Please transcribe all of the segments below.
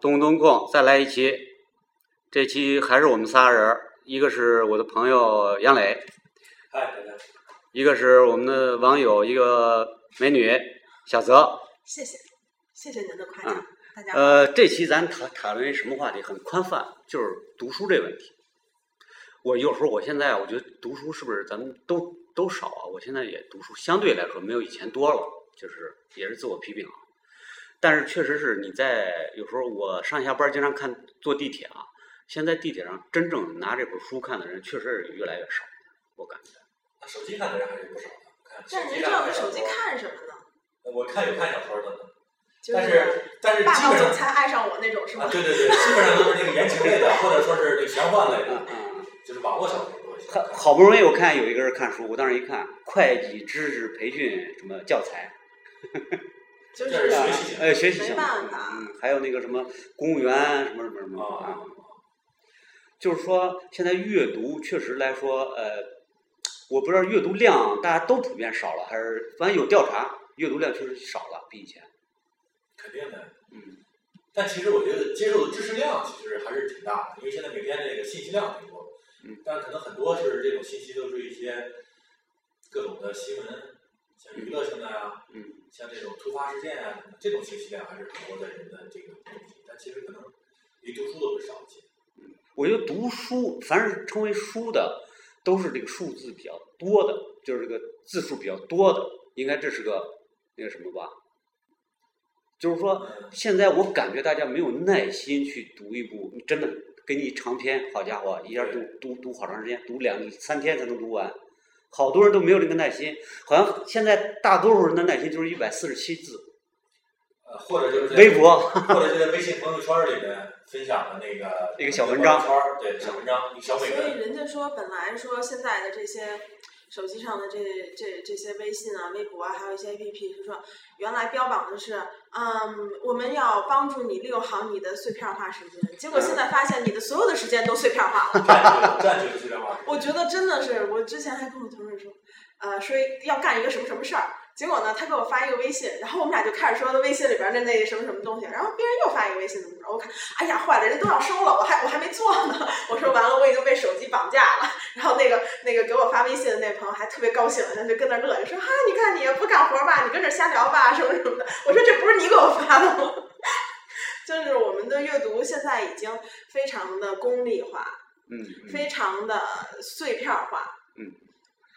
东东共再来一期，这期还是我们仨人儿，一个是我的朋友杨磊，嗨，大家，一个是我们的网友一个美女小泽。谢谢，谢谢您的夸奖，大家好。呃，这期咱谈谈论一什么话题？很宽泛，就是读书这问题。我有时候我现在我觉得读书是不是咱们都都少啊？我现在也读书，相对来说没有以前多了，就是也是自我批评啊。但是确实是你在有时候我上下班经常看坐地铁啊，现在地铁上真正拿这本书看的人确实是越来越少，我感觉。那手机看的人还是不少的。看但是您手知机上道还我是手机有看什么呢？我看有看小说的呢，就但是但是霸基道本总上裁爱上我那种是啊吧，？对对对，基本上都是这个言情类的，或者说是这个玄幻类的，就是网络小说多一些。好好不容易我看有一个人看书，我当时一看会计知识培训什么教材，就这是学习型呃，学习没项目办法嗯，还有那个什么公务员什么什么什么啊啊，就是说现在阅读确实来说，呃，我不知道阅读量大家都普遍少了，还是反正有调查，阅读量确实少了，比以前。肯定的。嗯，但其实我觉得接受的知识量其实还是挺大的，因为现在每天这个信息量挺多，嗯，但可能很多是这种信息都是一些各种的新闻，像娱乐性的呀、嗯，像这种突发事件啊，这种信息量还是掌握在人的这个身体，但其实可能离读书都会少一些。我觉得读书，凡是称为书的，都是这个数字比较多的，就是这个字数比较多的，应该这是个那个什么吧？就是说，嗯，现在我感觉大家没有耐心去读一部，真的给你长篇，好家伙，一下读读读好长时间，读两三天才能读完，好多人都没有这个耐心，好像现在大多数人的耐心就是一百四十七字，呃，或者就是在微博，或者就在微信朋友圈里面分享的那个一个小文章朋友圈儿，对，小文章，一个小所美以文，人家说，本来说现在的这些手机上的这这这些微信啊、微博啊，还有一些 APP，是说原来标榜的是，嗯，我们要帮助你利用好你的碎片化时间，结果现在发现你的所有的时间都碎片化了。占据占据了这段话。我觉得真的是，我之前还跟我同事说，呃，说要干一个什么什么事儿，结果呢，他给我发一个微信，然后我们俩就开始说微信里边的那什么什么东西，然后别人又发一个微信怎么着，我看，哎呀，坏了，人都要收了，我还我还没做呢，我说完了，我已经被手机绑架了。然后那个那个给我发微信的那朋友还特别高兴，他就跟那乐，就说哈、啊你看你也不干活吧，你跟这瞎聊吧，什么什么的。我说这不是你给我发的吗？ 就是我们的阅读现在已经非常的功利化，嗯， 嗯非常的碎片化，嗯，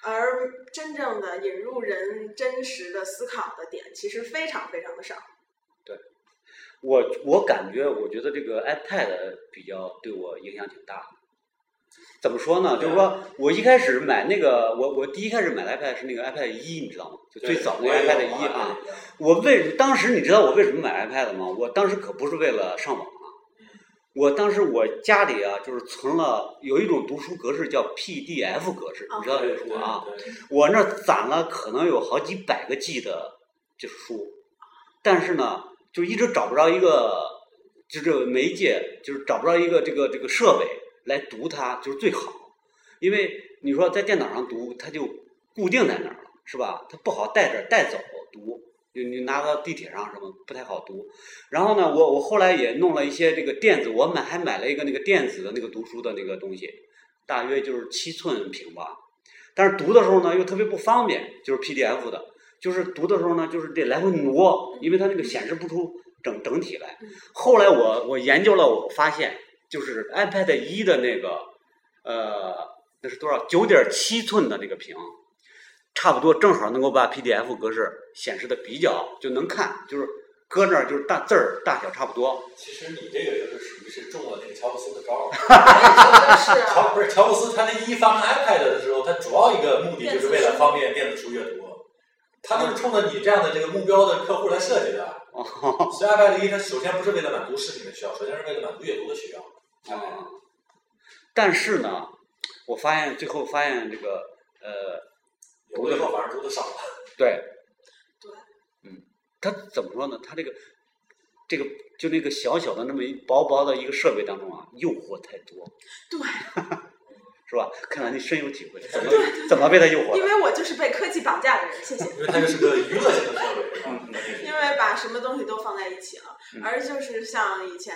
而真正的引入人真实的思考的点，其实非常非常的少。我我感觉，我觉得这个 iPad 比较对我影响挺大的。怎么说呢？啊就是说我一开始买那个，我我第一开始买的 iPad 是那个 iPad 一，你知道吗？就最早那个 iPad 一啊。，我为当时你知道我为什么买 iPad 吗？我当时可不是为了上网啊，我当时我家里啊就是存了有一种读书格式叫 PDF 格式，你知道这个书啊？哦对，对我那儿攒了可能有好几百个 G 的就是书，但是呢，就一直找不着一个，就这个媒介，就是找不着一个这个这个设备来读它，就是最好，因为你说在电脑上读，它就固定在那儿了，是吧？它不好带着带走读，你你拿到地铁上什么不太好读。然后呢，我我后来也弄了一些这个电子，我买还买了一个那个电子的那个读书的那个东西，大约就是七寸屏吧。但是读的时候呢，又特别不方便，就是 PDF 的，就是读的时候呢，就是得来回挪，因为它那个显示不出整整体来嗯。后来我我研究了，我发现就是 iPad 一的那个，呃，那是多少？九点七寸的那个屏，差不多正好能够把 PDF 格式显示的比较就能看，就是搁那儿就是大字儿大小差不多。其实你这个就是属于是中了那个乔布斯的招儿。是乔不是乔布斯，他那一发明 iPad 的时候，他主要一个目的就是为了方便电子书阅读，他就是冲着你这样的这个目标的客户来设计的。哦， 所以 iPad 一它首先不是为了满足视频的需要，首先是为了满足阅读的需要。嗯啊，但是呢，我发现最后发现这个呃。有的时候反而读的少了。对，对，嗯，它怎么说呢？它这个这个就那个小小的那么一薄薄的一个设备当中啊，诱惑太多，对，是吧？看来你深有体会，怎么对怎么被他诱惑因的？为我就是被科技绑架的人，谢谢。因为它就是个娱乐性的设备，是吧嗯？因为把什么东西都放在一起了嗯，而就是像以前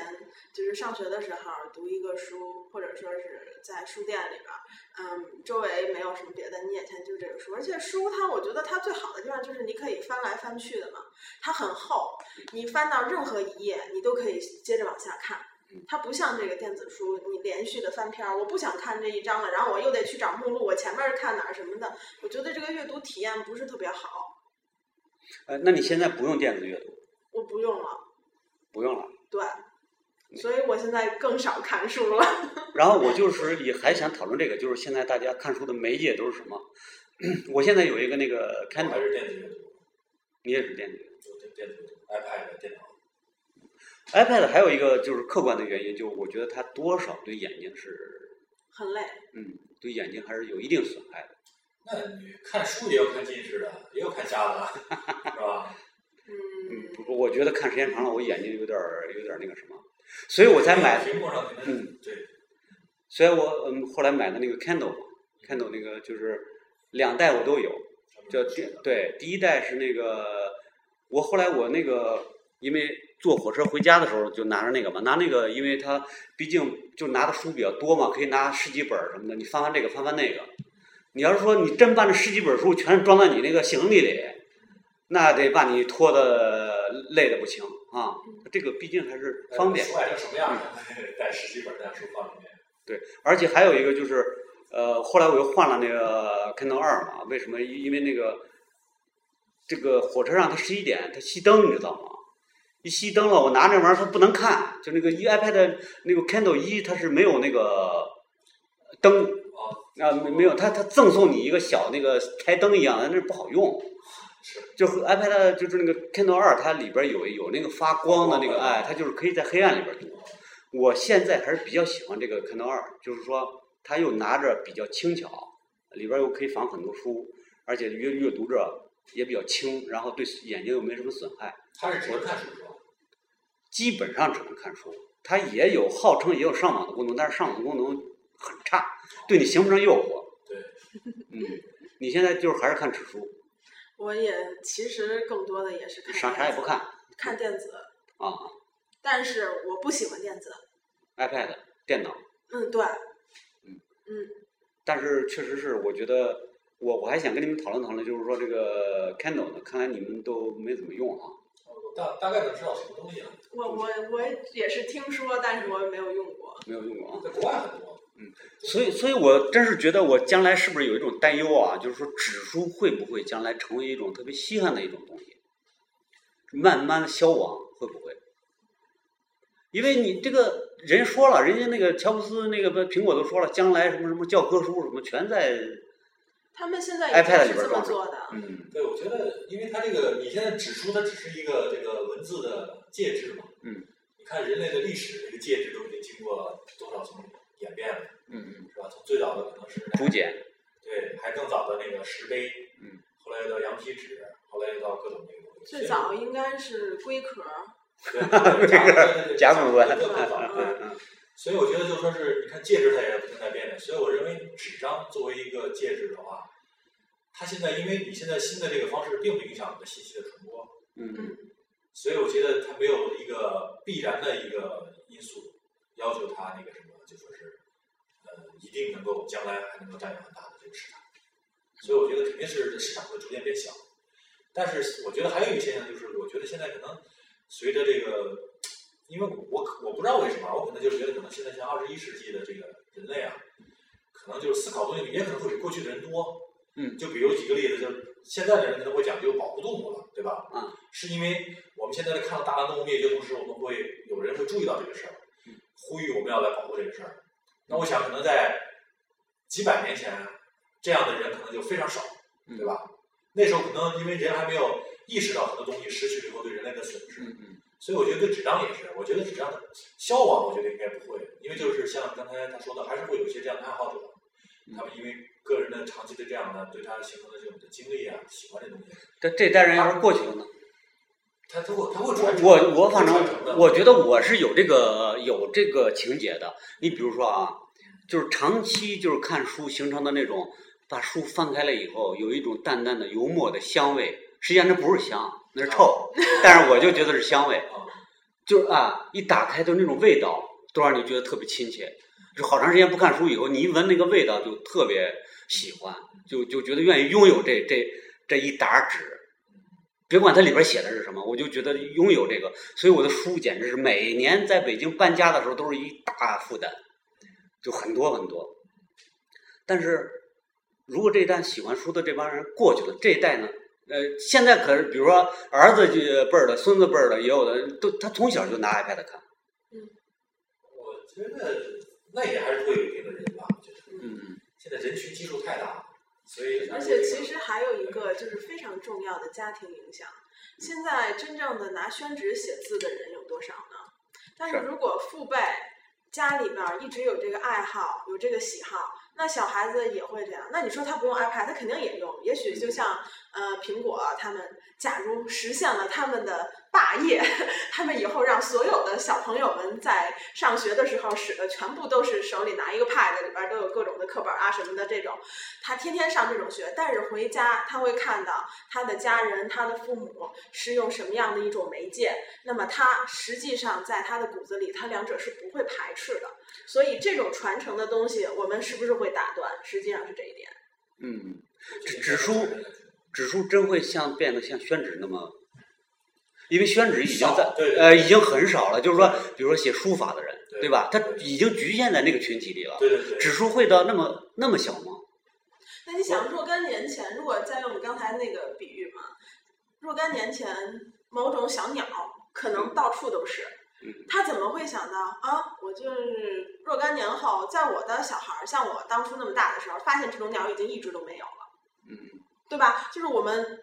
就是上学的时候读一个书，或者说是在书店里边儿，嗯，周围没有什么别的，你眼前就这个书，而且书它我觉得它最好的地方就是你可以翻来翻去的嘛，它很厚，你翻到任何一页你都可以接着往下看嗯。它不像这个电子书，你连续的翻篇儿，我不想看这一章了，然后我又得去找目录，我前面儿看哪儿什么的，我觉得这个阅读体验不是特别好。呃，那你现在不用电子阅读，我不用了，不用了。对，所以我现在更少看书了。然后我就是也还想讨论这个，就是现在大家看书的媒介都是什么？ 我现在有一个那个我还 Kindle，是电子阅读，你也是电子阅读就电子阅读，iPad、电脑。 ，iPad 还有一个就是客观的原因，就我觉得它多少对眼睛是，很累，嗯，对眼睛还是有一定损害的。那你看书也有看近视的，也有看瞎的，是吧？嗯，不嗯，不，我觉得看时间长了，我眼睛有点儿有点儿那个什么，所以我才买，屏幕上可能嗯对，所以我嗯后来买的那个 Kindle 嘛，Kindle 那个就是两代我都有，就第对第一代是那个，我后来我那个因为坐火车回家的时候就拿着那个嘛，拿那个，因为它毕竟就拿的书比较多嘛，可以拿十几本儿什么的，你翻翻这个，翻翻那个。你要是说你真把那十几本书全装到你那个行李里，那得把你拖的累的不行啊。这个毕竟还是方便。嗯书爱成什么样？ 带十几本在书放里面，而且还有一个就是，呃，后来我又换了那个 Kindle 二嘛，为什么？因因为那个这个火车上它十一点它熄灯，你知道吗？一熄灯了，我拿那玩意儿它不能看，就那个一 iPad 的那个 Kindle 一它是没有那个灯哦啊，没没有，它它赠送你一个小那个台灯一样，但是不好用。是就是 iPad 就是那个 Kindle 二，它里边有有那个发光的那个，哎，它就是可以在黑暗里边读。我现在还是比较喜欢这个 Kindle 二，就是说它又拿着比较轻巧，里边又可以放很多书，而且阅阅读着也比较轻，然后对眼睛又没什么损害，他是只能看书是吧？基本上只能看书。它也有号称也有上网的功能，但是上网的功能很差，对你形不成诱惑。对，哦嗯，你现在就是还是看纸书，我也其实更多的也是看啥啥也不看看电子，啊但是我不喜欢电子。 ，iPad 电脑。嗯，对，但是确实是，我觉得我我还想跟你们讨论讨论，就是说这个 Kindle 呢，看来你们都没怎么用啊。大大概能知道什么东西啊了？我我我也是听说，但是我也没有用过。没有用过啊。在国外很多，所以，所以我真是觉得我将来是不是有一种担忧啊？就是说，纸书会不会将来成为一种特别稀罕的一种东西，慢慢的消亡，会不会？因为你这个人说了，人家那个乔布斯那个不苹果都说了，将来什么什么教科书什么全在他们现在 iPad 已里经边是这么装着做的，嗯对，我觉得，因为它这个你现在指出它只是一个这个文字的介质嘛，嗯，你看人类的历史，这个介质都已经经过多少层演变了，嗯嗯，是吧？从最早的可能是竹简，对，还更早的那个石碑，嗯，后来又到羊皮纸，后来又到各种那个东西。最早应该是龟壳儿，对对对对甲骨文对对对对嗯嗯所以我觉得就说是，你看介质它也是不停在变的，所以我认为纸张作为一个介质的话，它现在因为你现在新的这个方式并不影响你的信息的传播，嗯嗯所以我觉得它没有一个必然的一个因素要求它那个什么，就说是呃一定能够将来还能够占有很大的这个市场，所以我觉得肯定是市场会逐渐变小。但是我觉得还有一个现象就是，我觉得现在可能随着这个，因为我我可我不知道为什么，我可能就是觉得可能现在像二十一世纪的这个人类啊，可能就是思考东西也可能会比过去的人多。嗯就比如举个例子，就是现在的人可能会讲究保护动物了，对吧？嗯，是因为我们现在看到大量动物灭绝，同时我们会有人会注意到这个事儿嗯，呼吁我们要来保护这个事儿。那我想可能在几百年前，啊这样的人可能就非常少，嗯对吧？那时候可能因为人还没有意识到很多东西失去了以后对人类的损失，嗯嗯所以我觉得对纸张也是，我觉得纸张的消亡，我觉得应该不会，因为就是像刚才他说的，还是会有一些这样的爱好者，嗯他们因为个人的长期的这样的对他形成的这种的经历啊，喜欢这东西，这这代人要是过去了呢？他他会他会传承我我反正会传承的我觉得我是有这个有这个情节的。你比如说啊，就是长期就是看书形成的那种，把书翻开了以后，有一种淡淡的油墨的香味。实际上那不是香，那是臭， 但是我就觉得是香味，啊，就是啊，一打开就那种味道，都让你觉得特别亲切。就好长时间不看书以后，你一闻那个味道就特别喜欢，就就觉得愿意拥有这这这一沓纸，别管它里边写的是什么，我就觉得拥有这个。所以我的书简直是每年在北京搬家的时候都是一大负担，就很多很多。但是如果这一代喜欢书的这帮人过去了，这一代呢，呃，现在可是比如说儿子这辈儿的、孙子辈儿的，也有的都他从小就拿 iPad 看，我觉得那也还是会有一定的人吧，我觉得嗯，现在人群基数太大了，所以而且其实还有一个就是非常重要的家庭影响。现在真正的拿宣纸写字的人有多少呢？但是是如果父辈家里边儿一直有这个爱好，有这个喜好，那小孩子也会这样。那你说他不用 iPad，他肯定也用。也许就像呃苹果他们，假如实现了他们的霸业， 他们以后让所有的小朋友们在上学的时候使的全部都是手里拿一个 pad，里边儿都有各种的课本啊什么的这种。他天天上这种学，但是回家他会看到他的家人、他的父母是用什么样的一种媒介，那么他实际上在他的骨子里，他两者是不会排斥的。所以这种传承的东西，我们是不是会打断？实际上是这一点。嗯，指指数指数真会像变得像宣纸那么，因为宣纸已经在少对对呃已经很少了，就是说，比如说写书法的人，对对吧？他对已经局限在那个群体里了。对对对，指数会到那么那么小吗？那你想，若干年前，如果再用你刚才那个比喻嘛，若干年前某种小鸟可能到处都是嗯，它怎么会想到啊？我就是若干年后，在我的小孩儿像我当初那么大的时候，发现这种鸟已经一只都没有了。嗯，对吧？就是我们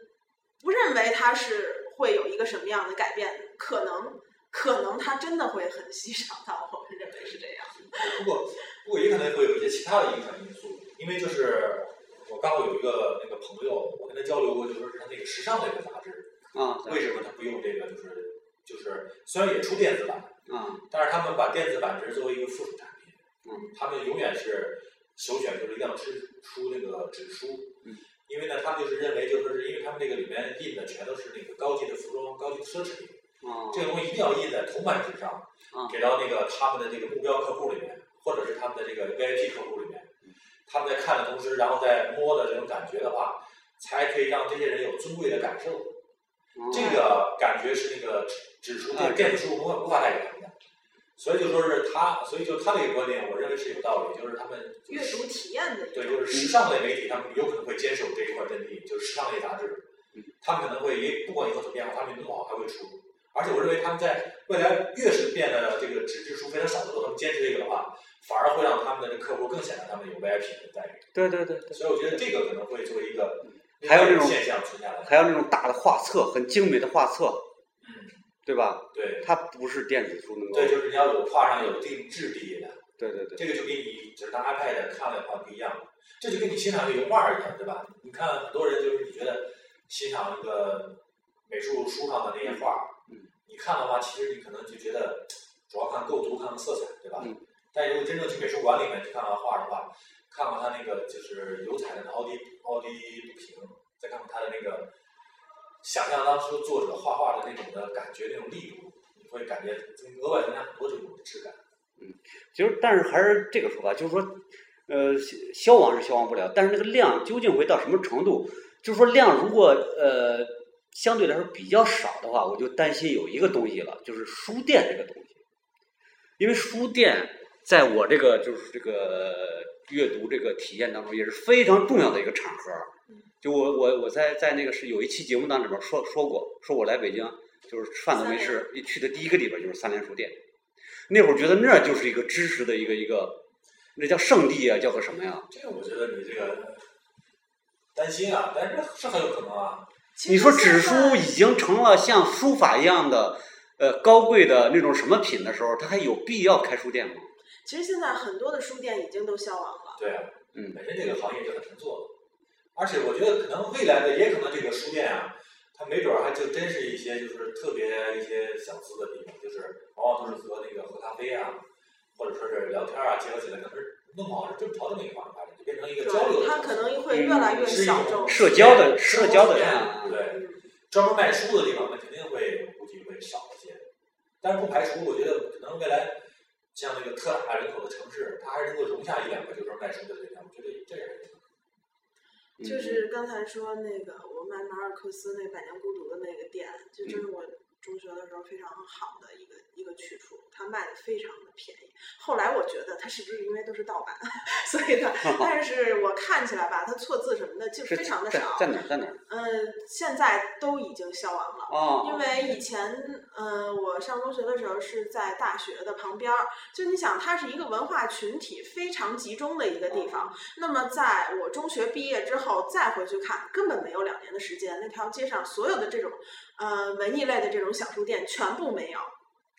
不认为它是会有一个什么样的改变，可能可能它真的会很稀少到我们认为是这样。不过不过也可能会有一些其他的影响因素，因为就是我刚好有一个那个朋友，我跟他交流过，就说是他那个时尚类的杂志，啊，为什么他不用这个？就是就是虽然也出电子版，啊，但是他们把电子版只是作为一个附属产品，嗯，他们永远是首选就是一定要出出那个纸书，嗯，因为呢，他们就是认为就说是因为他们那个里面印的全都是那个高级的服装、高级的奢侈品，啊这个东西一定要印在铜版纸上啊，给到那个他们的这个目标客户里面，或者是他们的这个 VIP 客户里面嗯，他们在看的同时，然后再摸的这种感觉的话，才可以让这些人有尊贵的感受。这个感觉是那个指指数嗯啊电电子书无法无法带给他们的，所以就说是他，所以就他这个观点，我认为是有道理，就是他们就阅是读体验的一对，种，就是时尚类媒体，他们有可能会坚守这一块阵地，就是时尚类杂志嗯，他们可能会也不管以后怎么样，他们弄好还会出。而且我认为他们在未来越是变得这个纸质书非常少的时候，他们坚持这个的话，反而会让他们的这客户更显得他们有 VIP 的待遇。对对对对，所以我觉得这个可能会作为一个还有这种现象存下来。还有那种大的画册，很精美的画册，嗯，对吧？对它不是电子书能够，对，就是你要有画上有一定质地的，对对对，这个就跟你只是拿 iPad 看了的话不一样了，这就跟你欣赏一个油画一样，对吧？你看很多人就是你觉得欣赏一个美术书上的那些画，嗯嗯，你看的话，其实你可能就觉得主要看构图、看看色彩，对吧？嗯但如果真正去美术馆里面去看看画的话，看看他那个就是油彩的奥迪奥迪不平，再看看他的那个想象当初作者画画的那种的感觉、那种力度，你会感觉额外增加很多这种质感。其实但是还是这个说法，就是说，呃，消消亡是消亡不了，但是那个量究竟会到什么程度？就是说量如果呃相对来说比较少的话，我就担心有一个东西了，就是书店这个东西，因为书店在我这个就是这个阅读这个体验当中也是非常重要的一个场合嗯。就我我我在在那个是有一期节目当里边说说过，说我来北京就是吃饭都没吃，一去的第一个地方就是三联书店。那会儿觉得那儿就是一个知识的一个一个，那叫圣地啊，叫个什么呀？这个我觉得你这个担心啊，但是是很有可能啊。其实你说纸现在书已经成了像书法一样的，呃，高贵的那种什么品的时候，它还有必要开书店吗？其实现在很多的书店已经都消亡了。对啊，嗯本身这个行业就很难做了，而且我觉得可能未来的也可能这个书店啊，它没准儿还就真是一些就是特别一些小资的地方，就是往往都是和那个喝咖啡啊，或者说是聊天啊结合起来，可能是更好是就朝这么一个方向发展，就变成一个对交流的它东西可能会越来越是一小种众。社交的社交的对对，专门卖书的地方，那肯定会估计会少一些。但是不排除，我觉得可能未来像那个特大人口的城市，它还是能够容下一两个就是卖书的人家。我觉得这个是就是刚才说那个我买马尔克斯那《百年孤独》的那个店，就这是我中学的时候非常好的一个一个去处，它卖的非常的便宜。后来我觉得它是不是因为都是盗版， 所 以它，但是我看起来吧，它错字什么的就是非常的在少。在哪儿在哪儿嗯，现在都已经消亡了。因哦，为以前，呃，我上中学的时候是在大学的旁边儿，就你想，它是一个文化群体非常集中的一个地方。那么，在我中学毕业之后再回去看，根本没有两年的时间，那条街上所有的这种，呃，文艺类的这种小书店全部没有，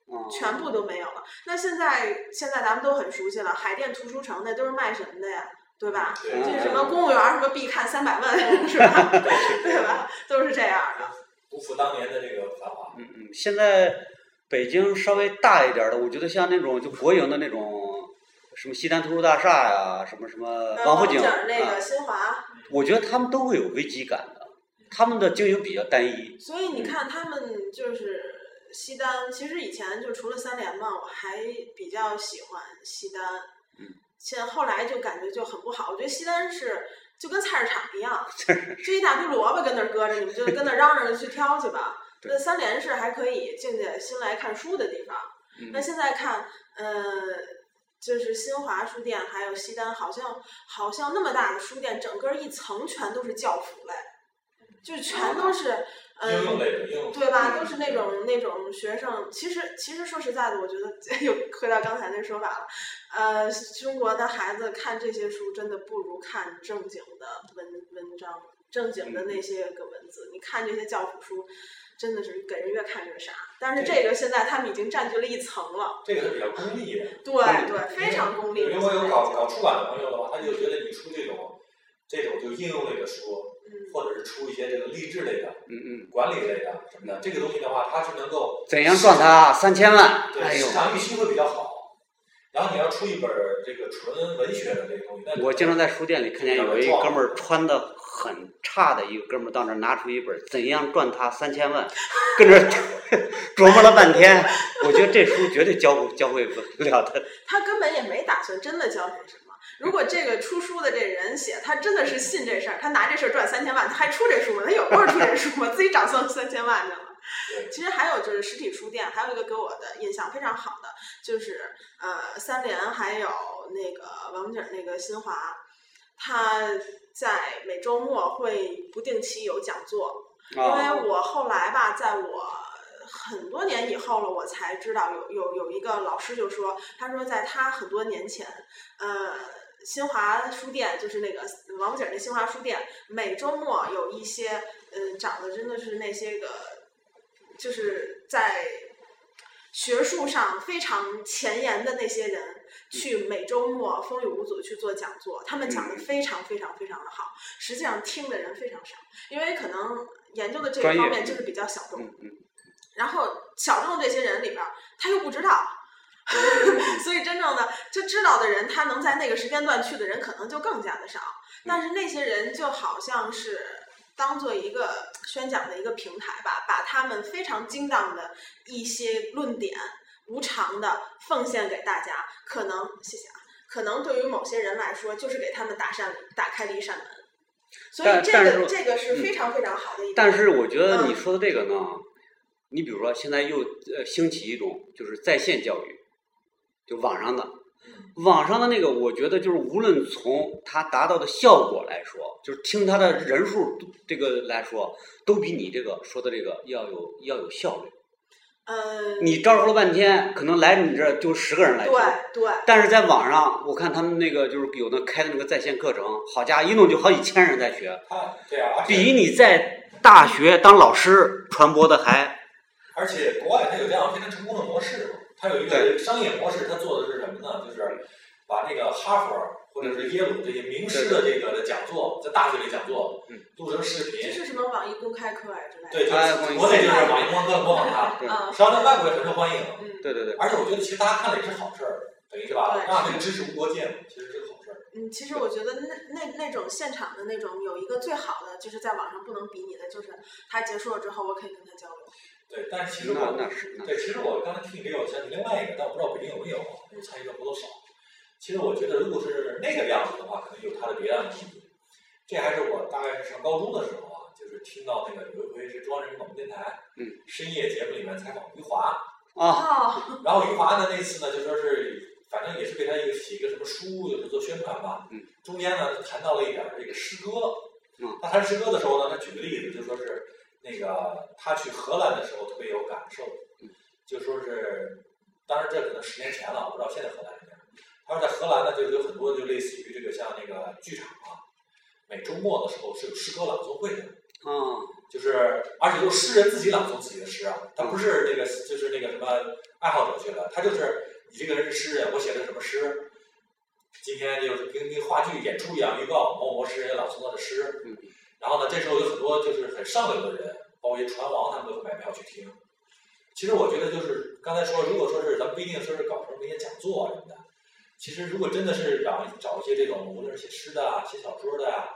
哦全部都没有了。那现在，现在咱们都很熟悉了，海淀图书城那都是卖什么的呀？对吧？对嗯这对什么公务员儿什么必看三百问 是吧？对吧？都是这样的。不复当年的这个繁华。嗯嗯，现在北京稍微大一点儿的，我觉得像那种就国营的那种，什么西单图书大厦呀、什么什么呃王府井井儿那啊个新华，我觉得他们都会有危机感的，他们的经营比较单一。所以你看，他们就是西单。其实以前就除了三联嘛，我还比较喜欢西单。嗯。现后来就感觉就很不好，我觉得西单是就跟菜市场 一样，就一大堆萝卜跟那儿搁着，你们就跟那儿嚷嚷着去挑去吧。对那三联是还可以静下心来看书的地方。那嗯，现在看，呃，就是新华书店还有西单，好像好像那么大的书店，整个一层全都是教辅类，就全都是应呃。用类的应用，对吧？都是那种那种学生。其实其实说实在的，我觉得 又回到刚才那说法了。呃，中国的孩子看这些书，真的不如看正经的文文章，正经嗯的那些个文字。你看这些教辅书，真的是给人越看越傻。但是这个现在他们已经占据了一层了。这个是比较功利的。对对，非常功利。哎因为我有搞搞出版的朋友的话，他就觉得你出这种这种就应用类的书，嗯，或者是出一些这个励志类的、嗯嗯，管理类的什么的，这个东西的话，它是能够怎样赚他三千万？对，哎呦市，场预期会比较好。然后你要出一本儿这个纯文学的这个东西，那我经常在书店里看见有一哥们儿穿的很差的一个哥们儿到那儿拿出一本《怎样赚他三千万》，跟这儿 琢磨了半天，我觉得这书绝对教不教会不了他。他根本也没打算真的教谁什么。如果这个出书的这人写，他真的是信这事儿，他拿这事儿赚三千万，他还出这书吗？他有空出这书吗？自己找算三千万去了。对其实还有就是实体书店，还有一个给我的印象非常好的就是呃三联还有那个王府井那个新华，它在每周末会不定期有讲座，因啊、为我后来吧，在我很多年以后了，我才知道有有有一个老师就说，他说在他很多年前，呃，新华书店就是那个王府井那新华书店，每周末有一些嗯、呃长得真的是那些个，就是在学术上非常前沿的那些人。去每周末风雨无阻去做讲座，他们讲的嗯非常非常非常的好，实际上听的人非常少，因为可能研究的这个专业方面就是比较小众，嗯嗯，然后小众这些人里边儿他又不知道，所以真正的就知道的人，他能在那个时间段去的人可能就更加的少，嗯但是那些人就好像是。当做一个宣讲的一个平台吧，把他们非常精当的一些论点无偿的奉献给大家，可能谢谢啊，可能对于某些人来说，就是给他们打扇打开了一扇门，所以但这但是嗯个这个是非常非常好的 一点。但是我觉得你说的这个呢，你比如说现在又呃兴起一种就是在线教育，就网上的，网上的那个，我觉得就是无论从它达到的效果来说，就是听它的人数这个来说，都比你这个说的这个要有要有效率。呃，你招呼了半天，可能来你这儿就十个人来听。对对，但是在网上，我看他们那个就是有的开的那个在线课程，好家伙，一弄就好几千人在学，它对啊，而且比你在大学当老师传播的还而且国外它有这样非常成功的模式嘛，它有一个对商业模式，它做的是什么呢？就是把这个哈佛或者是嗯耶鲁这些名师的这个讲座，在大学里讲座嗯，录成视这频，是什么网易公开课啊之类的。对，就哎是国内就是网易光哥模仿它，对啊，实际上在外国也很受欢迎。嗯，对对对，而且我觉得其实大家看了也是好事儿，等于是吧？对让那个知识无国界嘛，其实是个好事儿。嗯，其实我觉得那那那种现场的那种有一个最好的，就是在网上不能比拟的，就是他结束了之后，我可以跟他交流。对，但是其实那我那是那对，其实我刚才听你这个，我想起另外一个，但我不知道北京有没有，我参与的活动少。其实我觉得，如果是那个样子的话，可能有它的别样的意义。这还是我大概是上高中的时候啊，就是听到那个有一回是中央人民广播电台，嗯，深夜节目里面采访余华，啊，哦，然后余华呢那次呢就说是，反正也是给他一个写一个什么书，就是做宣传吧。嗯。中间呢谈到了一点儿这个诗歌。嗯。他谈诗歌的时候呢，他举个例子，就说是那个他去荷兰的时候特别有感受，嗯就说是，当然这可能十年前了，我不知道现在荷兰是怎样。他说在荷兰呢，就是有很多就类似于这个像那个剧场啊，每周末的时候是有诗歌朗诵会的。嗯就是而且就是诗人自己朗诵自己的诗啊，他不是那个就是那个什么爱好者去的，他就是你这个人是诗人，我写的什么诗，今天就是跟跟话剧演出一样，预告某某诗人朗诵他的诗，嗯然后呢，这时候有很多就是很上流的人，包括一些船王，他们都会买票去听。其实我觉得就是刚才说，如果说是咱们不一定说是搞成那些讲座啊什么的，其实如果真的是找找一些这种无论是写诗的啊、写小说的啊，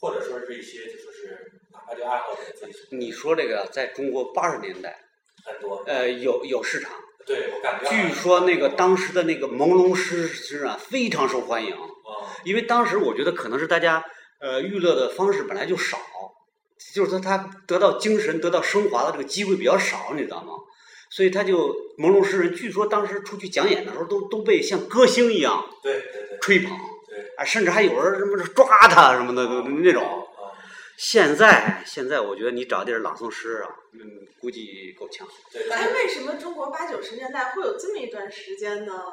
或者说是一些就说是哪怕就爱好者自己你说这个在中国八十年代，很多，呃，有有市场。对我感觉啊嗯据说那个当时的那个朦胧诗诗啊，非常受欢迎，啊，因为当时我觉得可能是大家呃娱乐的方式本来就少，就是说他得到精神得到升华的这个机会比较少，你知道吗？所以他就朦胧诗人，据说当时出去讲演的时候都都被像歌星一样对对对吹捧，对，啊，甚至还有人什么抓他什么的呃那种。啊，现在现在我觉得你找地儿朗诵诗啊，嗯，估计够呛，对，但哎，是为什么中国八九十年代会有这么一段时间呢？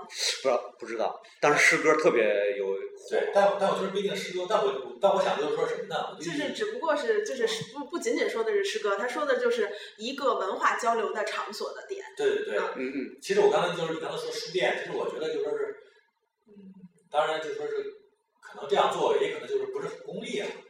不知道不知道，当时诗歌特别有火对，，但但我觉得不一定诗歌，但我但我想就是说什么呢？我就是只不过是就是是不不仅仅说的是诗歌，他说的就是一个文化交流的场所的点。对对对，嗯嗯。其实我刚才就是你刚才说书店，其实我觉得就说是，嗯，当然就说是可能这样做，也可能就是不是很功利啊。嗯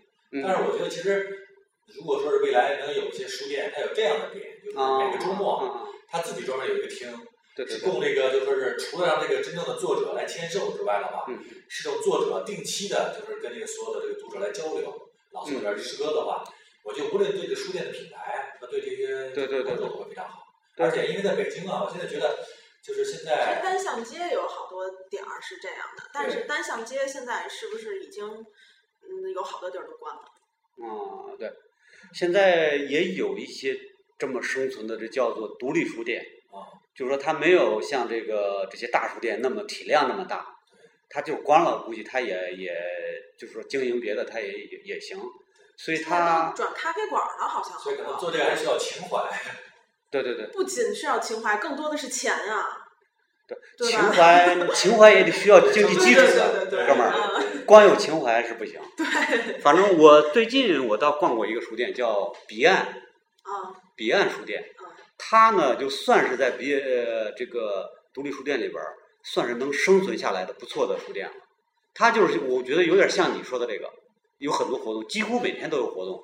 但是我觉得其实，如果说是未来能有一些书店，它有这样的点，就是啊，每个周末、啊，啊它自己专门有一个厅，对对是对，供这个就说是除了让这个真正的作者来签售之外的话，嗯是这种作者定期的，就是跟这个所有的这个读者来交流，朗诵点诗歌的话，我就无论对这书店的品牌和对这些对对对观众都会非常好。对而且因为在北京啊，我现在觉得就是现其在实单向街有好多点儿是这样的，但是单向街现在是不是已经嗯有好多地儿都关了？啊对，现在也有一些这么生存的，这叫做独立书店，啊，就是说它没有像这个这些大书店那么体量那么大对，它就关了，估计它也也就是说经营别的，它也也也行，所以它都转咖啡馆了，好像所以可能好多做这个还需要情怀。对对对不仅是要情怀，更多的是钱啊，对，对情吧怀情怀也得需要经济基 础对对的，对对嗯哥们儿对光有情怀是不行。反正我最近我倒逛过一个书店，叫彼岸。啊、彼岸书店嗯，它呢就算是在别呃这个独立书店里边儿，算是能生存下来的不错的书店了。它就是我觉得有点像你说的这个，有很多活动，几乎每天都有活动。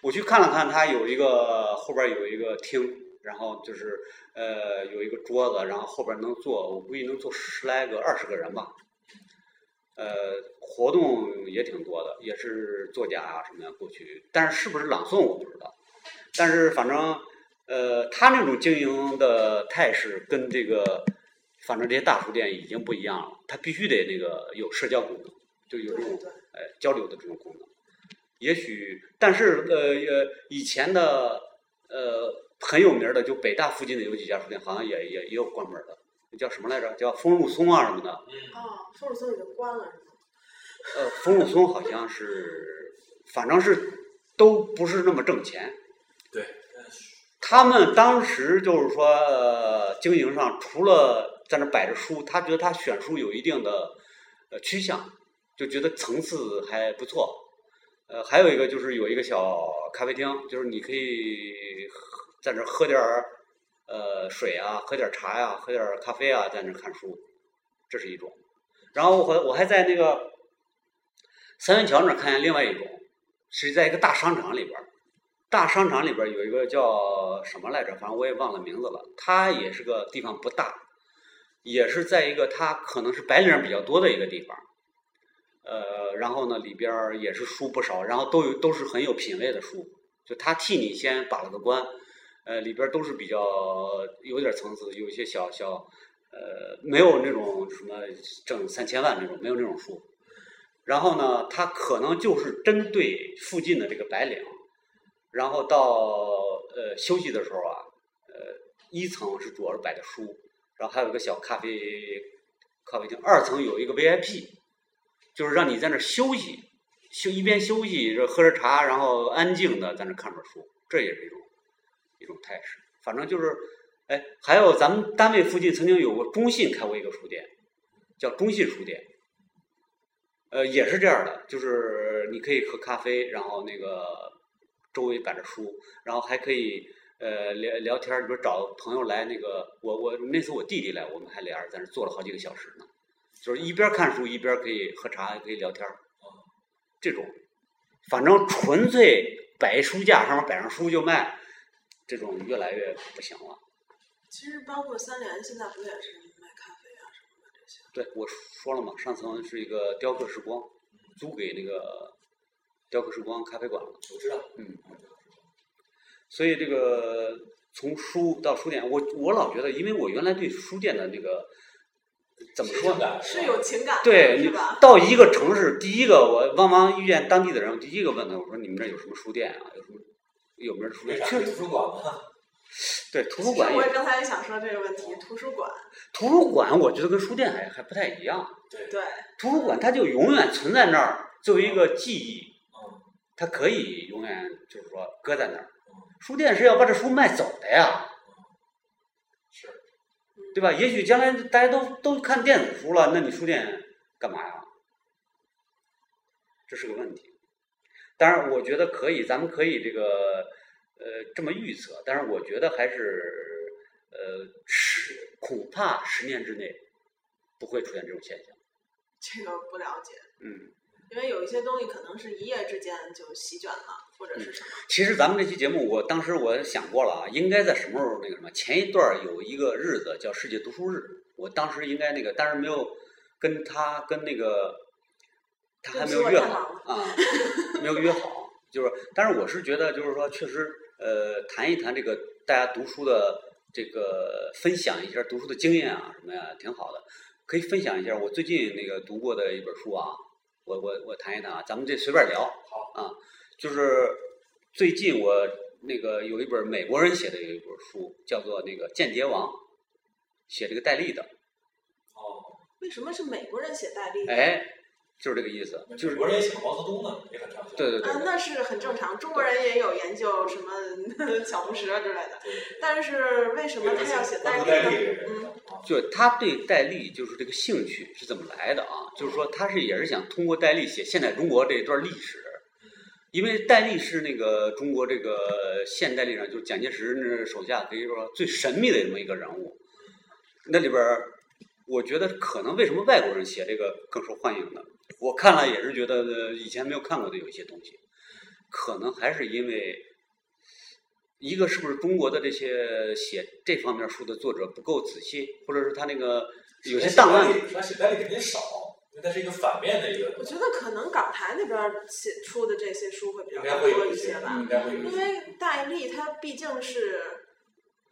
我去看了看，它有一个后边有一个厅，然后就是呃有一个桌子，然后后边能坐，我估计能坐十来个、二十个人吧。呃，活动也挺多的，也是作家啊什么的过去，但是是不是朗诵我不知道。但是反正呃，他那种经营的态势跟这个，反正这些大书店已经不一样了，他必须得那个有社交功能，就有这对对种对，呃交流的这种功能。也许，但是呃呃，以前的呃很有名儿的，就北大附近的有几家书店，好像也也也有关门儿的，叫什么来着？叫风入松啊什么的。嗯，哦，风鲁松已经关了是吗？呃，冯鲁松好像是，反正是都不是那么挣钱。对，他们当时就是说，呃、经营上除了在那摆着书，他觉得他选书有一定的呃趋向，就觉得层次还不错。呃，还有一个就是有一个小咖啡厅，就是你可以喝在那儿喝点儿呃水啊，喝点儿茶呀、喝点儿咖啡啊，在那儿看书，这是一种。然后我还我还在那个三元桥那儿看见另外一种，是在一个大商场里边儿，大商场里边儿有一个叫什么来着，反正我也忘了名字了。它也是个地方不大，也是在一个它可能是白领比较多的一个地方，呃，然后呢里边儿也是书不少，然后都有都是很有品位的书，就他替你先把了个关，呃，里边儿都是比较有点层次，有一些小小呃没有那种什么挣三千万那种，没有那种书。然后呢，它可能就是针对附近的这个白领，然后到呃休息的时候啊，呃一层是主要是摆的书，然后还有一个小咖啡咖啡厅，二层有一个 VIP，就是让你在那儿休息，休一边休息这喝着茶，然后安静的在那儿看本书，这也是一种一种态势。反正就是，哎，还有咱们单位附近曾经有过中信开过一个书店，叫中信书店。呃，也是这样的，就是你可以喝咖啡，然后那个周围摆着书，然后还可以呃聊聊天儿，比如找朋友来那个，我我那次我弟弟来，我们还俩人在那坐了好几个小时呢，就是一边儿看书一边儿可以喝茶，也可以聊天儿，这种，反正纯粹摆书架上面摆上书就卖，这种越来越不行了。其实包括三联现在不也是卖咖啡啊什么的这些？对，我说了嘛，上层是一个雕刻时光，租给那个雕刻时光咖啡馆了。我知道，嗯，所以这个从书到书店，我我老觉得，因为我原来对书店的那个怎么说呢？呢？是有情感的，对，是你吧？到一个城市，第一个我往往遇见当地的人，我第一个问他，我说你们这有什么书店啊？有什么有没有书为店？啥确去实图，书馆呢？对，图其书实馆我也哦也，刚才也想说这个问题，图书馆，图书馆我觉得跟书店还还不太一样。对，嗯对，图书馆它就永远存在那儿，作为一个记忆，嗯，它可以永远就是说搁在那儿。书店是要把这书卖走的呀。是，对吧？也许将来大家都都看电子书了，那你书店干嘛呀？这是个问题。当然，我觉得可以，咱们可以这个呃这么预测，但是我觉得还是呃十恐怕十年之内不会出现这种现象。这个不了解，嗯，因为有一些东西可能是一夜之间就席卷了，或者是什么，其实咱们这期节目，我当时我想过了啊，应该在什么时候那个什么？前一段儿有一个日子叫世界读书日，我当时应该那个，但是没有跟他跟那个他还没有约对不起我太好忙了啊，没有约好，就是，但是我是觉得就是说，确实呃，谈一谈这个大家读书的这个分享一下读书的经验啊什么呀，挺好的，可以分享一下我最近那个读过的一本书啊，我我我谈一谈啊，咱们这随便聊。好，就是最近我那个有一本美国人写的有一本书，叫做那个《间谍王》，写这个戴笠的，哦，为什么是美国人写戴笠？哎，就是这个意思，就美是国人也喜欢毛泽东呢，也很畅销。对对对啊，对那是很正常，中国人也有研究什 么小布什啊之类的，对，但是为什么他要写戴戴笠呢？笠这个人嗯，啊，就是他对戴笠就是这个兴趣是怎么来的啊？就是说他是也是想通过戴笠写现代中国这一段历史，因为戴笠是那个中国这个现代历史上就是蒋介石那手下可以说最神秘的这么一个人物。那里边儿，我觉得可能为什么外国人写这个更受欢迎呢？我看了也是觉得呃以前没有看过的有一些东西，可能还是因为一个是不是中国的这些写这方面书的作者不够仔细，或者是他那个有些档案说写戴笠肯定少，因为它是一个反面的一个我，觉得可能港台那边儿写出的这些书会比较应该会多有一一些嗯些吧，应该会有一因些。为戴笠他毕竟是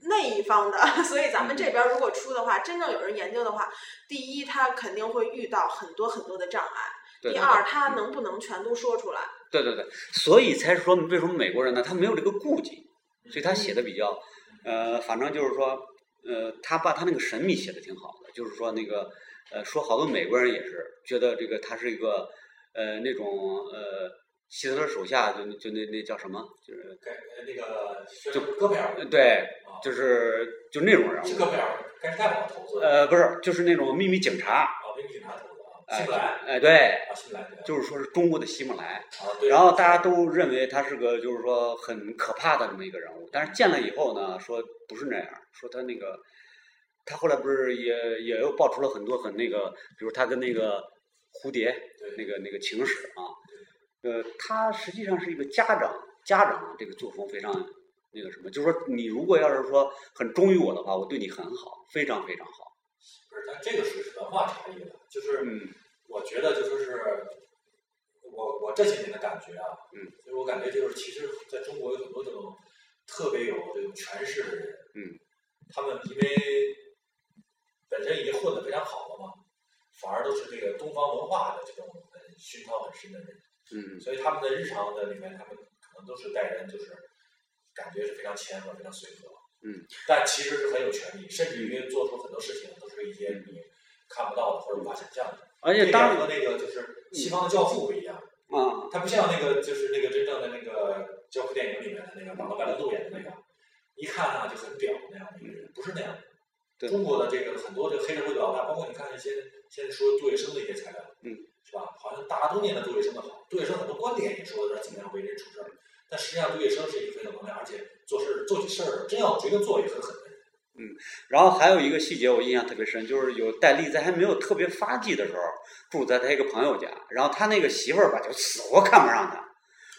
那一方的， 所以咱们这边儿如果出的话，真正有人研究的话，第一他肯定会遇到很多很多的障碍，对第对嗯二他能不能全都说出来？对对对，所以才说为什么美国人呢？他没有这个顾忌，所以他写的比较，呃，反正就是说，呃，他把他那个神秘写的挺好的，就是说那个，呃，说好多美国人也是觉得这个他是一个，呃，那种呃，希特勒手下就就那那叫什么，就是该呃那个就戈培尔呃对，啊，就是就那种人是物，戈培尔，该是戴宝投资的呃，不是，就是那种秘密警察，啊，被警察投资的啊，哎希、伯来哎，对，啊，希伯来对就是说是中国的希姆莱。啊，对，然后大家都认为他是个就是说很可怕的这么一个人物，但是见了以后呢，说不是那样，说他那个，他后来不是也也又爆出了很多很那个，比如他跟那个蝴蝶对那个那个情史啊，呃，他实际上是一个家长，家长这个作风非常那个什么，就是说你如果要是说很忠于我的话，我对你很好，非常非常好，不是但这个属于是文化差异了，就是嗯我觉得就说是我我这些年的感觉啊，嗯，就是我感觉就是其实在中国有很多这种特别有这种权势的人，嗯，他们因为本身已经混得非常好了嘛，反而都是这个东方文化的这种呃熏陶很深的人，嗯所以他们的日常的里面，他们可能都是待人就是感觉是非常谦和、非常随和，嗯，但其实是很有权利，甚至于做出很多事情都是一些嗯你看不到的或者无法想象的。而且这当点然和那个就是西方的教父不一样，啊，他不像那个就是那个真正的那个教父电影里面的那个马龙白兰度演的那个，一看啊就很屌那样的一个人，不是那样的。对中国的这个很多这个黑社会的老大，包括你看一些现在说杜月笙的一些材料，嗯，是吧？好像大家都念的杜月笙的好，杜月笙很多观点也说的是怎么样为人处事儿，但实际上杜月笙是一个很有能量，而且做事儿做起事儿真要决定做也很狠的人。然后还有一个细节我印象特别深，就是有戴笠在还没有特别发迹的时候，住在他一个朋友家，然后他那个媳妇儿吧就死活看不上他，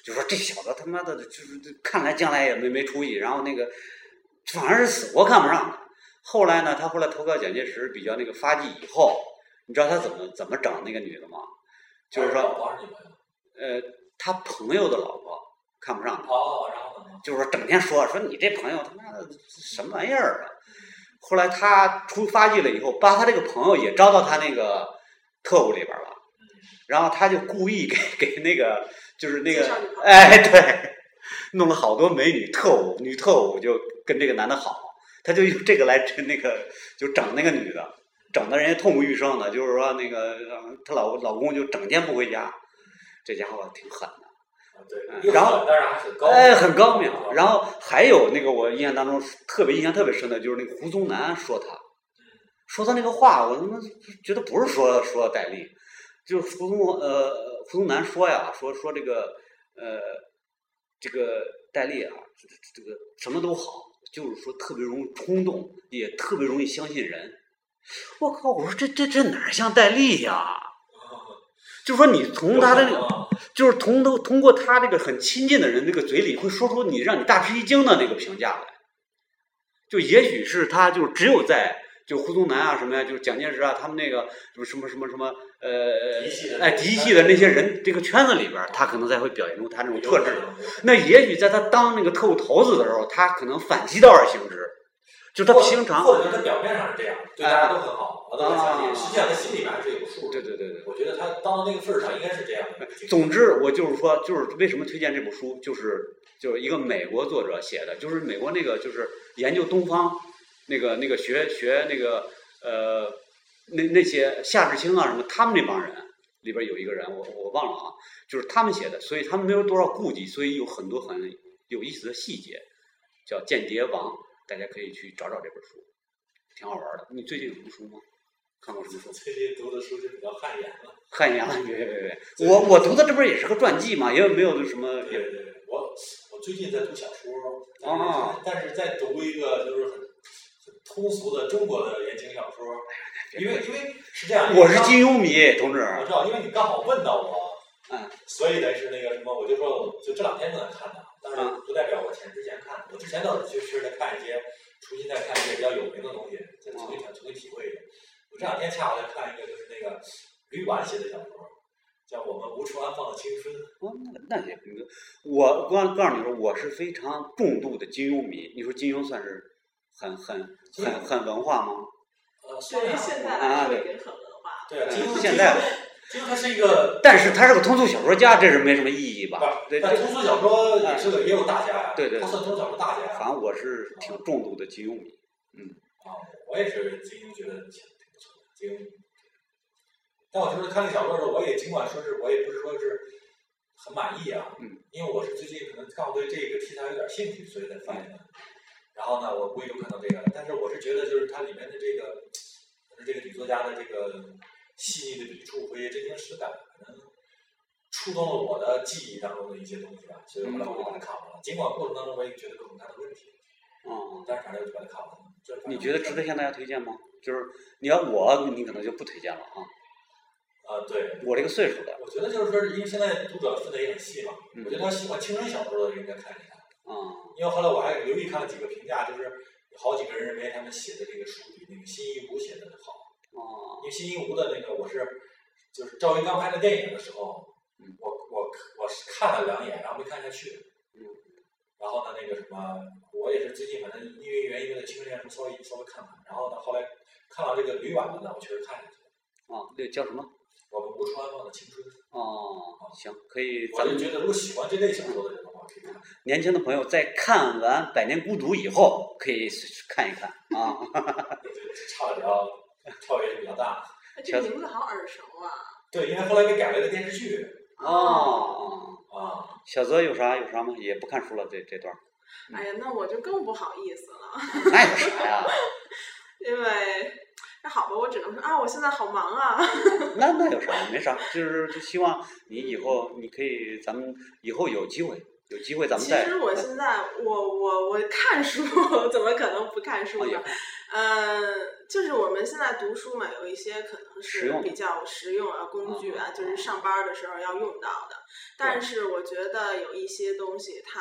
就说这小子他妈的就是看来将来也没没出息，然后那个反而是死活看不上他。后来呢，他后来投靠蒋介石比较那个发迹以后，你知道他怎么怎么整那个女的吗？就是说，我是你朋友呃，他朋友的老婆看不上他。哦，然后呢？就是整天说说你这朋友他妈的什么玩意儿啊！后来他出发迹了以后，把他这个朋友也招到他那个特务里边了，嗯然后他就故意给 给那个就是那介绍女个朋友 哎对，弄了好多美女特务，女特务就跟这个男的好，他就用这个来那个就整那个女的，整的人家痛不欲生的，就是说那个呃她老老公就整天不回家，这家伙挺狠的。啊对嗯，又然后狠但是还很高啊明，哎，很高明。然后后还有那个我印象当中特别印象特别深的，就是那个胡宗南说他，说他那个话，我他妈觉得不是说说戴笠，就是胡宗呃胡宗南说呀，说说这个呃这个戴笠啊，这这这个什么都好，就是说特别容易冲动，也特别容易相信人。我靠！我说这这这哪儿像戴笠呀、就说你从他的啊那个。就是通都通过他这个很亲近的人这个嘴里，会说出你让你大吃一惊的那个评价来。就也许是他，就只有在就胡宗南啊什么呀，就是蒋介石啊他们那个什么什么什么什么呃嫡系的哎嫡系的那些人这个圈子里边儿，他可能才会表现出他那种特质。质。那也许在他当那个特务头子的时候，他可能反其道而行之，就他平常或者说他表面上是这样，对大家都很好，我都很相啊信，实际上他心里面还是有数对的。对对对。我觉得他当到那个份儿上，应该是这样的。哎总 之，我就是说，就是为什么推荐这部书，就是就是一个美国作者写的，就是美国那个就是研究东方那个那个学学那个呃那那些夏志清啊什么，他们那帮人里边有一个人，我我忘了啊，就是他们写的，所以他们没有多少顾忌，所以有很多很有意思的细节，叫《间谍王》，大家可以去找找这本书，挺好玩的。你最近有什么书吗？看过什么书？最近读的书就比较汗颜了。汗颜了， 别别别别！ 我我读的这不是也是个传记嘛，也没有什么对也对对，我我最近在读小说，但是、哦但是在读一个就是很很通俗的中国的言情小哎说，因为因为是这 样，我是金庸迷， 同志。啊我知道，因为你刚好问到我，嗯，所以呢是那个什么，我就说我就这两天正在看的，但是嗯不代表我前之前看的，我之前倒是就是在看一些，重新再看一些比较有名的东西，再重新想重新体会一下。我这两天恰好在看一个就是那个吕婉写的小说，叫《我们无处安放的青春》，哦那那也不能，我告告诉你说，我是非常重度的金庸迷。你说金庸算是很很很很文化吗？呃，虽对于然哎现在啊来说对已经很文化了。对金庸现在，金庸他是一个，但是他是个通俗小说家，这是没什么意义吧？对，但对通俗小说也是个也有大家呀，对对他算通俗小说大家呀反，正我是挺重度的金庸迷。啊，我也是金庸觉得挺挺不错的，金庸。但我就是看那小说的时候，我也尽管说是我也不是说是很满意啊，嗯，因为我是最近可能刚好对这个题材有点兴趣，所以才翻的。然后呢，我无意中看到这个，但是我是觉得就是它里面的这个，就是这个女作家的这个细腻的笔触和一些真情实感，可能触动了我的记忆当中的一些东西吧，所以后来我就把它看完了。尽管过程当中我也觉得有很大的问题，嗯，但是反正我就把它看完了。这反正你觉得值得向大家推荐吗？就是你要我，你可能就不推荐了啊。啊，对，我这个岁数的我觉得就是说，因为现在读者分的也很细嘛，嗯我觉得要喜欢青春小说的人应该看一看，啊，嗯因为后来我还留意看了几个评价，就是有好几个人认为他们写的这个书比那个辛夷坞写的好，啊、哦因为新一无的那个我是就是赵云刚拍那电影的时候，嗯我我我是看了两眼，然后没看下去。嗯然后呢，那个什么，我也是最近反正因为原因在清时候稍微稍微看看，然后呢，后来看到这个吕婉的呢，我确实看下去了。哦，那叫什么？我们吴川放的《青春》，哦，行，可以，我咱就们觉得如果喜欢这类小说的人的话，可以看。年轻的朋友在看完《百年孤独》以后，可以看一看啊。对对，差的比较跳跃比较大。这名字好耳熟啊！对，因为后来给改了个电视剧哦，啊，小泽有啥有啥吗？也不看书了，这这段儿， 哎呀，那我就更不好意思了，那有啥呀？因为那好吧，我只能说啊，我现在好忙啊。那那有啥？没啥，就是就希望你以后你可以，咱们以后有机会，有机会咱们其再。实我现在，我我我看书， 怎么可能不看书啊也呢？呃，就是我们现在读书嘛，有一些可能实是用的嗯比较实用啊，工具啊，就是上班儿的时候要用到的。但是我觉得有一些东西，它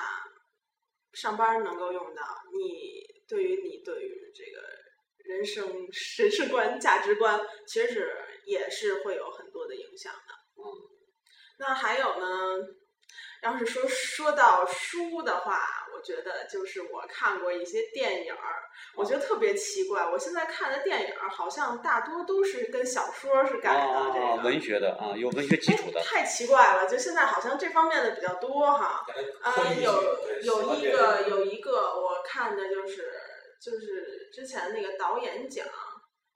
上班儿能够用到，你对于你对于这个人生 人生观、价值观，其实是也是会有很多的影响的。嗯那还有呢，要是说说到书的话，我觉得就是我看过一些电影儿，我觉得特别奇怪，我现在看的电影儿好像大多都是跟小说是改的，这个、啊，文学的啊，有文学基础 的哎，太奇怪了，就现在好像这方面的比较多哈。感觉呃科，技有对喜有欢一这个有一个我看的就是就是之前那个导演奖，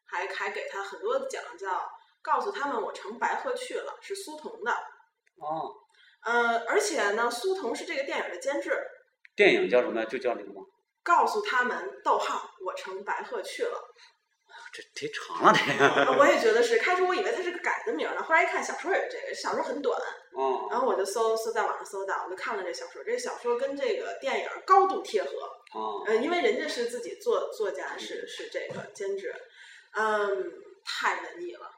还还给他很多奖，叫《告诉他们我乘白鹤去了》，是苏童的。哦。呃，而且呢，苏童是这个电影的监制。电影叫什么呀？就叫那个吗？告诉他们，逗号，我乘白鹤去了。这忒长了，这 个。啊我也觉得是，开始我以为它是个改的名儿呢，后来一看小说也是这个，小说很短，然哦后我就搜搜在网上搜到，我就看了这小说，这小说跟这个电影高度贴合，哦嗯，因为人家是自己作作家，是是这个兼职，嗯，太文艺了，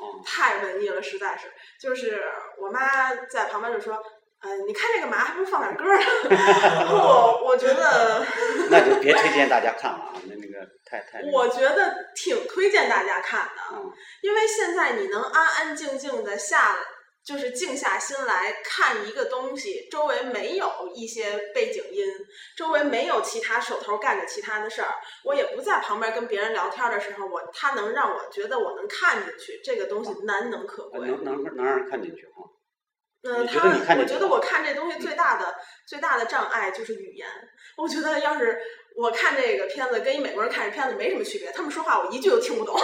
哦太文艺了，实在是，就是我妈在旁边就说，嗯、你看这干嘛？还不如放点歌儿。然后 我我觉得，那就别推荐大家看了啊，那那个太太那个。我觉得挺推荐大家看的，嗯因为现在你能安安静静的下，就是静下心来看一个东西，周围没有一些背景音，周围没有其他手头干着其他的事儿，我也不在旁边跟别人聊天的时候，我它能让我觉得我能看进去，这个东西难能可贵。能能能让人看进去啊。嗯，你觉他得你看我这觉个得我看这东西最大的、最大的障碍就是语言。我觉得要是我看这个片子跟一美国人看这片子没什么区别，他们说话我一句都听不懂，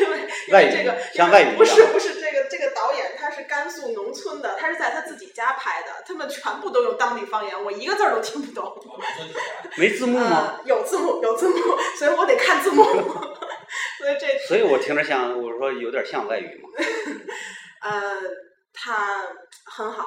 因为因外为语这个像因为外语一不是样不是这个这个导演他是甘肃农村的，他是在他自己家拍的，他们全部都用当地方言，我一个字儿都听不懂。个啊农村女孩没字幕吗？呃，有字幕有字幕，所以我得看字幕。 所以这所以我听着像，我说有点像外语嘛。呃，它很好，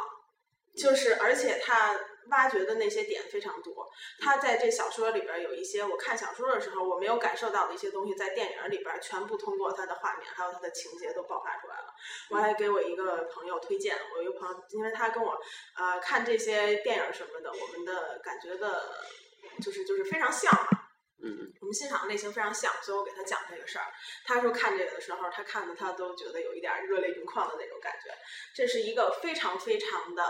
就是而且它挖掘的那些点非常多。它在这小说里边儿有一些我看小说的时候我没有感受到的一些东西，在电影里边儿全部通过它的画面还有它的情节都爆发出来了。我还给我一个朋友推荐，我一个朋友，因为他跟我呃看这些电影什么的，我们的感觉的，就是就是非常像嘛。嗯，我们欣赏的类型非常像，所以我给他讲这个事儿。他说看这个的时候，他看的他都觉得有一点热泪盈眶的那种感觉。这是一个非常非常的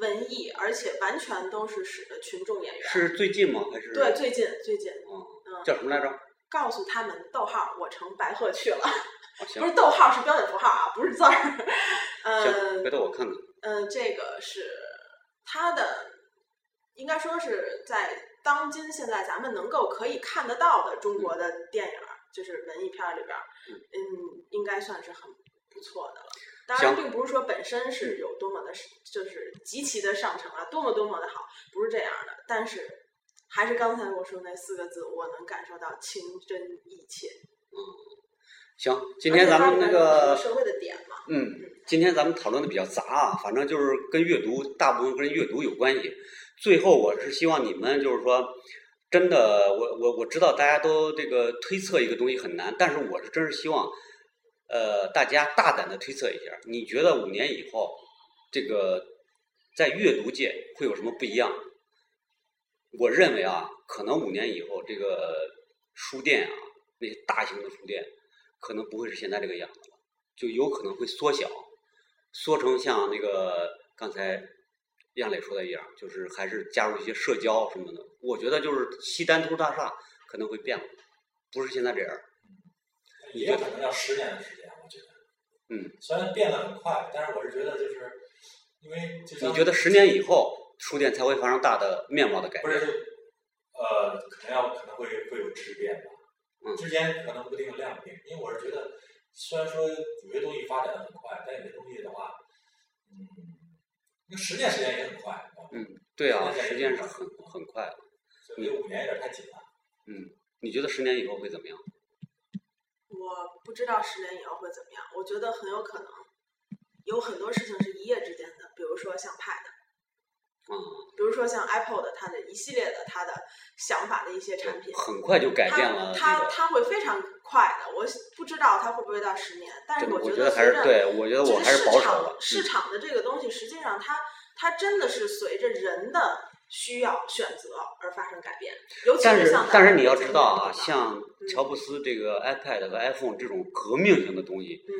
文艺，而且完全都是使的群众演员。是最近吗？还是对，最近最近，嗯嗯，叫什么来着？啊告诉他们，逗号，我乘白鹤去了，行不是逗号，是标点符号啊，不是字儿。 行，嗯回头我看看。嗯，这个是他的，应该说是在当今现在咱们能够可以看得到的中国的电影儿，就是文艺片儿里边儿，嗯嗯，应该算是很不错的了。当然，行并不是说本身是有多么的，就是极其的上乘啊，多么多么的好，不是这样的。但是，还是刚才我说那四个字，我能感受到情真意切。行，今而天且咱它们里那边有很多个社会的点嘛，嗯，今天咱们讨论的比较杂啊，反正就是跟阅读，大部分跟阅读有关系。最后，我是希望你们就是说，真的，我我我知道大家都这个推测一个东西很难，但是我是真是希望，呃，大家大胆的推测一下，你觉得五年以后，这个在阅读界会有什么不一样？我认为啊，可能五年以后，这个书店啊，那些大型的书店可能不会是现在这个样子了，就有可能会缩小，缩成像那个刚才燕磊说的一样，就是还是加入一些社交什么的。我觉得就是西单图大厦可能会变了，不是现在这样。也有可能要十年的时间，我觉得。嗯。虽然变得很快，但是我是觉得就是，因为就像你觉得十年以后书店才会发生大的面貌的改不变？是，呃，可能要可能会会有质变吧。嗯之间可能不定量变，因为我是觉得，虽然说有些东西发展的很快，但有些东西的话，嗯，因为十年时间也很快，你知道吗嗯，对啊，现在时间是很很快的。所以我觉得五年有点太紧了。你觉得十年以后会怎么样？我不知道十年以后会怎么样，我觉得很有可能有很多事情是一夜之间的，比如说像 Pad，嗯啊、比如说像 Apple 的它的一系列的它的想法的一些产品，很快就改变了它那它个。它会非常快的，我不知道它会不会到十年，但是真的，我觉觉得还随是着对，我觉得我就还是是市保守场了。嗯市场的这个东西，实际上它它真的是随着人的需要选择而发生改变，尤其但是是像但咱是们你要这知种道啊，地方像乔布斯这个 iPad 和 iPhone 这种革命性的东西嗯，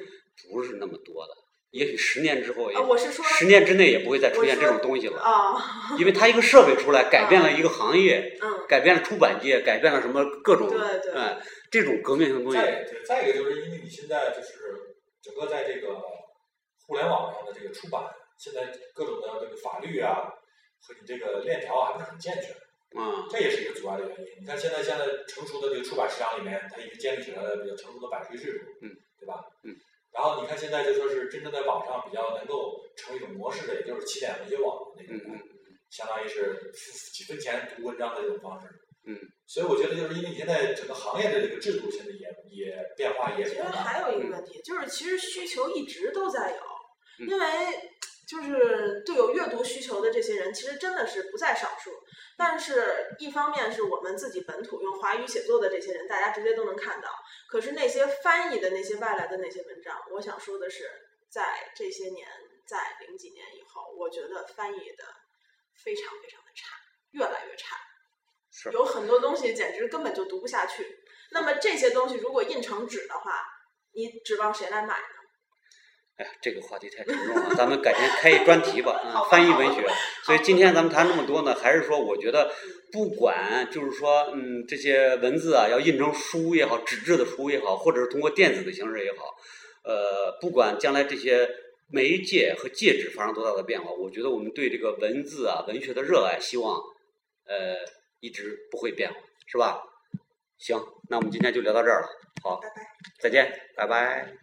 不是那么多的。也许十年之后，也啊，我是说十年之内也不会再出我现这说种东西了，啊，因为它一个设备出来，改变了一个行业，嗯，改变了出版界，改变了什么各种，对对哎，这种革命性的东西，再对再一个就是因为你现在就是整个在这个互联网上的这个出版，现在各种的这个法律啊和你这个链条啊还不是很健全，啊，这也是一个阻碍的原因。你看现在现在成熟的这个出版市场里面，它已经建立起来了比较成熟的版税制度，嗯，对吧？嗯。然后你看现在就说是真正在网上比较能够成为一种模式的，也就是起点文学网那种嗯，嗯相当于是几分钱读文章的这种方式。嗯，所以我觉得就是因为你现在整个行业的这个制度现在也也变化也其比实较大。还有一个问题，就是其实需求一直都在有，嗯因为就是对有阅读需求的这些人，其实真的是不在少数。但是，一方面是我们自己本土用华语写作的这些人，大家直接都能看到。可是那些翻译的那些外来的那些文章，我想说的是，在这些年，在零几年以后，我觉得翻译的非常非常的差，越来越差。是有很多东西简直根本就读不下去。那么这些东西如果印成纸的话，你指望谁来买呢？哎呀，这个话题太沉重了，咱们改天开一专题吧，好嗯吧，翻译好吧文学。所以今天咱们谈这么多呢，还是说我觉得，不管就是说，嗯，这些文字啊，要印成书也好，纸质的书也好，或者是通过电子的形式也好，呃，不管将来这些媒介和介质发生多大的变化，我觉得我们对这个文字啊、文学的热爱，希望呃一直不会变化，是吧？行，那我们今天就聊到这儿了，好，拜拜。再见，拜拜。